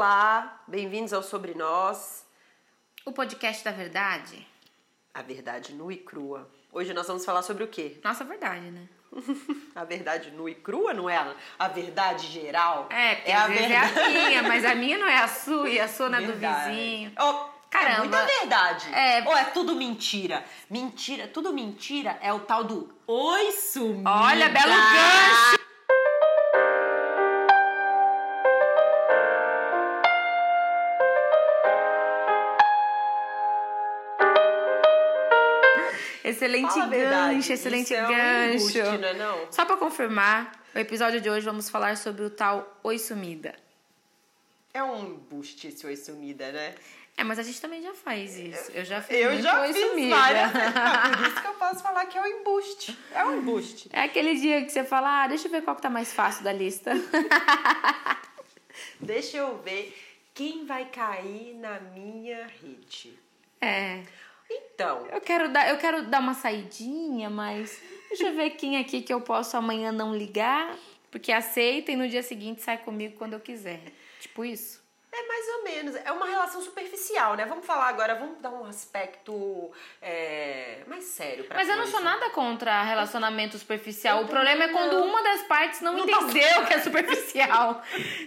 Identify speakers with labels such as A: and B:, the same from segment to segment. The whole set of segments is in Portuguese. A: Olá, bem-vindos ao Sobre Nós,
B: O podcast da verdade?
A: a verdade nua e crua. Hoje nós vamos falar sobre o quê?
B: Nossa verdade, né?
A: a verdade nua e crua, não é? A verdade geral?
B: É, porque às vezes é a minha, mas a minha não é a sua e a sua não é do
A: Verdade.
B: vizinho.
A: Ó, É
B: Caramba.
A: muita verdade.
B: É.
A: Ou é tudo mentira. Mentira, tudo mentira é o tal do oi sumida.
B: Olha, belo gancho! Excelente
A: Fala a verdade,
B: gancho, excelente
A: isso é um
B: gancho.
A: embuste, não é não?
B: Só pra confirmar, o episódio de hoje vamos falar sobre o tal Oi Sumida.
A: É um embuste esse oi sumida, né?
B: É, mas a gente também já faz isso. Eu já fiz
A: Eu
B: muito
A: já
B: Oi
A: fiz
B: Sumida.
A: várias vezes, por isso que eu posso falar que é um embuste. É um embuste.
B: É aquele dia que você fala, ah, deixa eu ver qual que tá mais fácil da lista.
A: Deixa eu ver quem vai cair na minha rede.
B: É.
A: Então,
B: Eu quero dar, eu quero dar uma saidinha, mas deixa eu ver quem aqui que eu posso amanhã não ligar, porque aceita e no dia seguinte sai comigo quando eu quiser. Tipo isso.
A: é mais ou menos. É uma relação superficial, né? Vamos falar agora, vamos dar um aspecto é, mais sério pra
B: Mas eu não sou
A: coisa.
B: nada contra relacionamento superficial.
A: Eu
B: O problema é
A: também
B: quando
A: não.
B: uma das partes não,
A: Não tá-
B: entendeu que é superficial.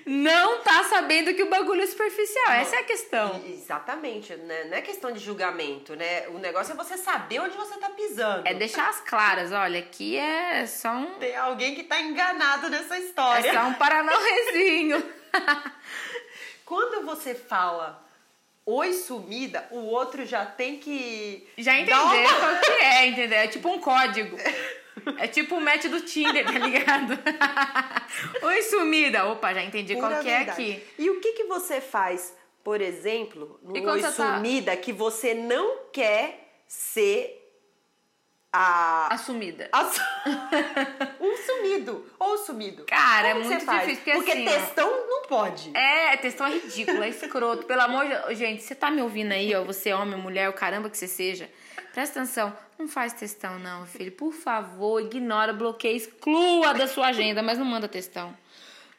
B: não tá sabendo que o bagulho é superficial. Essa é a questão.
A: E- Exatamente, né? Não é questão de julgamento, né? O negócio é você saber onde você tá pisando.
B: É deixar as claras, olha, aqui é só um
A: Tem alguém que tá enganado nessa história.
B: É só um paranauezinho.
A: Quando você fala oi sumida, o outro já tem que.
B: Já entendeu
A: dar uma-
B: qual que é, entendeu? É tipo um código. É tipo o match do Tinder, tá ligado? Oi, sumida. Opa, já entendi
A: Pura
B: qual que é
A: verdade.
B: aqui.
A: E o que, que você faz, por exemplo, no
B: E quando
A: oi
B: você tá-
A: sumida que você não quer ser a.
B: Assumida.
A: a su- um sumido ou sumido.
B: Cara,
A: Como
B: é
A: você
B: muito
A: faz?
B: difícil, porque assim, ó.
A: textão não pode.
B: É, textão é ridículo, é escroto. Pelo amor de Gente, você tá me ouvindo aí, ó. Você, homem, mulher, o caramba que você seja. Presta atenção. Não faz textão, não, filho. Por favor, ignora, bloqueia, exclua da sua agenda, mas não manda textão.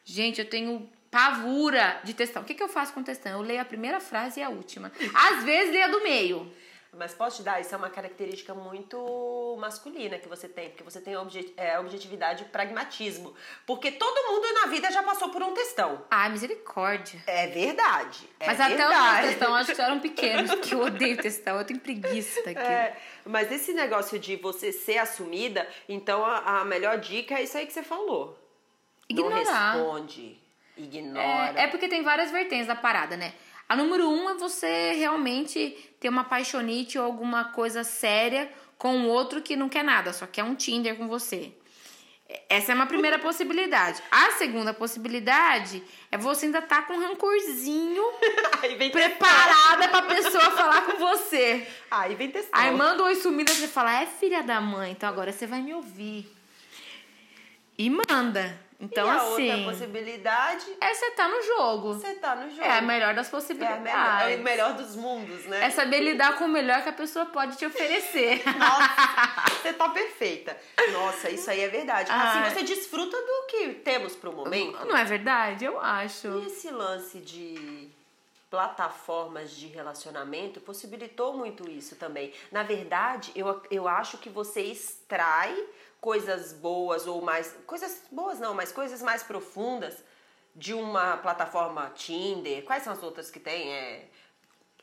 B: Gente, eu tenho pavura de textão. O que, que eu faço com textão? Eu leio a primeira frase e a última. Às vezes, leio a do meio.
A: Mas posso te dar, isso é uma característica muito masculina que você tem, porque você tem obje- é, objetividade e pragmatismo. Porque todo mundo na vida já passou por um textão.
B: Ah, misericórdia.
A: É verdade. é
B: mas até os meus
A: verdade.
B: textão, acho que eram pequenos, porque eu odeio textão. Eu tenho preguiça daquilo.
A: É, mas esse negócio de você ser assumida, então a, a melhor dica é isso aí que você falou.
B: Ignorar.
A: Não responde. Ignora.
B: É, é porque tem várias vertentes da parada, né? A número um é você realmente ter uma paixonite ou alguma coisa séria com o outro que não quer nada, só quer um Tinder com você. Essa é uma primeira possibilidade. A segunda possibilidade é você ainda tá com um rancorzinho
A: Aí vem testar.
B: preparada pra pessoa falar com você.
A: Aí vem testar.
B: Aí manda um oi sumida você fala, é filha da mãe, então agora você vai me ouvir. E manda. Então,
A: e a
B: assim.
A: outra possibilidade,
B: É você tá no jogo.
A: você tá no jogo.
B: É a melhor das
A: É a
B: possibilidades.
A: melhor- é o melhor dos mundos, né?
B: É saber lidar com o melhor que a pessoa pode te oferecer.
A: Nossa, você tá perfeita. Nossa, isso aí é verdade. Assim
B: Ai.
A: você desfruta do que temos pro momento.
B: Não é verdade? Eu acho.
A: E esse lance de plataformas de relacionamento possibilitou muito isso também. Na verdade, eu, eu acho que você extrai coisas boas ou mais. Coisas boas não, mas coisas mais profundas de uma plataforma Tinder. Quais são as outras que tem? É.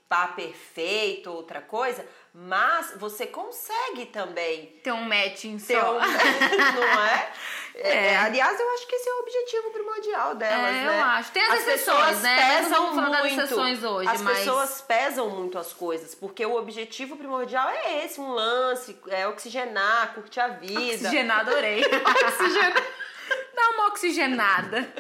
A: Pá perfeito, outra coisa, mas você consegue também
B: Ter um matching
A: ter
B: só.
A: um, não é? É, Aliás, eu acho que esse é o objetivo primordial delas,
B: É, eu
A: né?
B: acho. Tem as exceções,
A: pessoas
B: né? Nós não
A: Pesam
B: vamos falar das
A: muito.
B: exceções hoje,
A: as
B: mas-
A: pessoas pesam muito as coisas, porque o objetivo primordial é esse, um lance, é oxigenar, curtir a vida.
B: Oxigenada, adorei. Oxigenada. Dá uma oxigenada.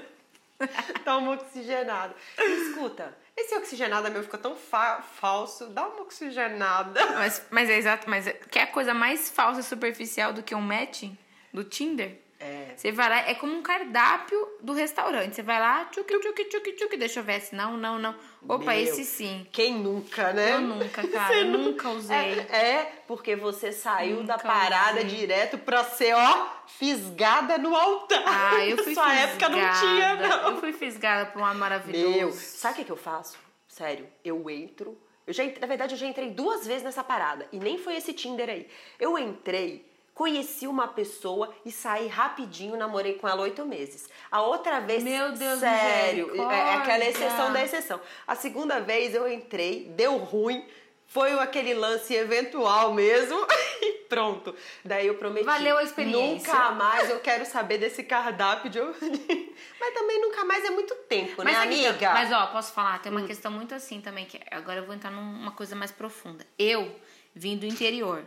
A: Dá uma oxigenada. Escuta, esse oxigenada meu ficou tão fa- falso, dá uma oxigenada.
B: Mas, mas é exato, mas é- quer coisa mais falsa e superficial do que um matching do Tinder?
A: É.
B: Você vai lá, é como um cardápio do restaurante. Você vai lá, tchuc, tchuc, tchuc, tchuc, deixa eu ver se não, não, não. Opa,
A: Meu.
B: esse sim.
A: Quem nunca, né?
B: Eu nunca, cara,
A: Você
B: eu
A: nu-
B: nunca usei.
A: É, é, porque você saiu da
B: Nunca
A: parada
B: usei.
A: direto pra ser, ó, fisgada no altar.
B: Ah, eu fui
A: Sua
B: fisgada.
A: época não tinha, não.
B: Eu fui fisgada por uma maravilhosa.
A: Meu, sabe o que, que eu faço? Sério, eu entro. Eu já, entre- na verdade, eu já entrei duas vezes nessa parada. E nem foi esse Tinder aí. Eu entrei, conheci uma pessoa e saí rapidinho, namorei com ela oito meses. A outra vez.
B: Meu Deus,
A: sério. É é aquela
B: misericórdia.
A: exceção da exceção. A segunda vez eu entrei, deu ruim. Foi aquele lance eventual mesmo e pronto. Daí eu prometi.
B: Valeu a experiência.
A: Nunca mais eu quero saber desse cardápio de. Mas também nunca mais é muito tempo, né,
B: sabe que-
A: amiga? Hum.
B: Mas ó, posso falar? Tem uma questão muito assim também, que agora eu vou entrar numa coisa mais profunda. Eu vim do interior.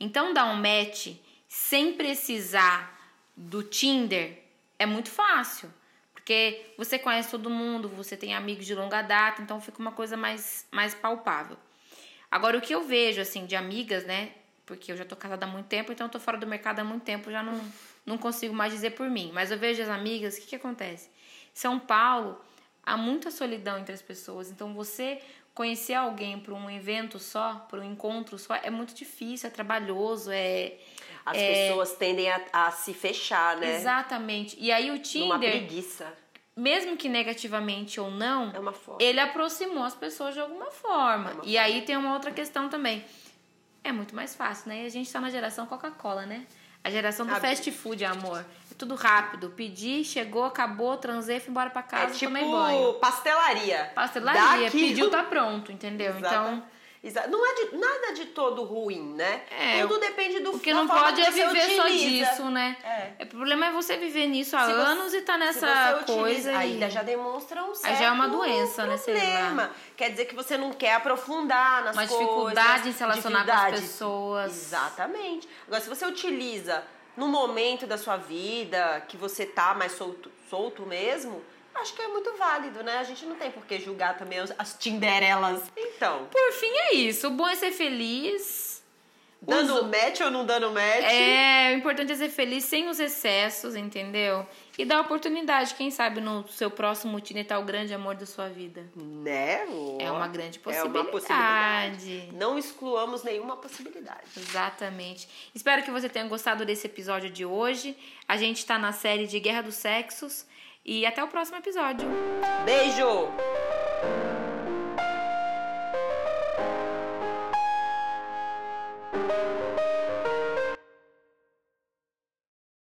B: Então dar um match sem precisar do Tinder é muito fácil. Porque você conhece todo mundo, você tem amigos de longa data, então fica uma coisa mais, mais palpável. Agora, o que eu vejo, assim, de amigas, né? Porque eu já tô casada há muito tempo, então eu tô fora do mercado há muito tempo, já não, não consigo mais dizer por mim. Mas eu vejo as amigas, o que, que acontece? São Paulo, há muita solidão entre as pessoas. Então, você conhecer alguém por um evento só, por um encontro só, é muito difícil, é trabalhoso, é.
A: As
B: é-
A: pessoas tendem a, a se fechar, né?
B: Exatamente. E aí o
A: Numa
B: Tinder,
A: preguiça.
B: mesmo que negativamente ou não,
A: É uma forma.
B: ele aproximou as pessoas de alguma forma.
A: De alguma
B: e aí tem uma outra questão também. É muito mais fácil, né? E a gente tá na geração Coca-Cola, né? A geração do
A: Ah,
B: fast food, amor. É tudo rápido. Pedi, chegou, acabou, transei, fui embora pra
A: É
B: casa,
A: tipo
B: tomei banho.
A: pastelaria.
B: Pastelaria,
A: Daqui-
B: pediu, tá pronto, entendeu?
A: Exata-
B: Então,
A: Exa- Não é de- nada de todo ruim, né?
B: É,
A: Tudo depende do
B: o que
A: da
B: não
A: forma
B: pode
A: que
B: é
A: você
B: viver só
A: utiliza.
B: disso, né?
A: É.
B: É, O problema é você viver nisso há
A: Se você-
B: anos e tá
A: Se
B: nessa
A: você
B: coisa
A: utiliza,
B: aí.
A: ainda já demonstra um certo
B: Aí já é uma doença, né, sei lá.
A: problema. Quer dizer que você não quer aprofundar nas
B: Uma
A: coisas.
B: dificuldade em se relacionar com as
A: dificuldade.
B: pessoas.
A: Exatamente. Agora, se você utiliza no momento da sua vida que você tá mais solto, solto mesmo, acho que é muito válido, né? A gente não tem por que julgar também as- as tinderelas. Então,
B: Por fim, é isso. O bom é ser feliz.
A: dando match ou não dando match,
B: É, o importante é ser feliz sem os excessos, entendeu? E dar oportunidade, quem sabe no seu próximo Tinder tá o grande amor da sua vida.
A: né? Ó,
B: É uma grande
A: é
B: possibilidade.
A: uma possibilidade. Não excluamos nenhuma possibilidade.
B: Exatamente. Espero que você tenha gostado desse episódio de hoje. A gente tá na série de Guerra dos Sexos. E até o próximo episódio.
A: Beijo!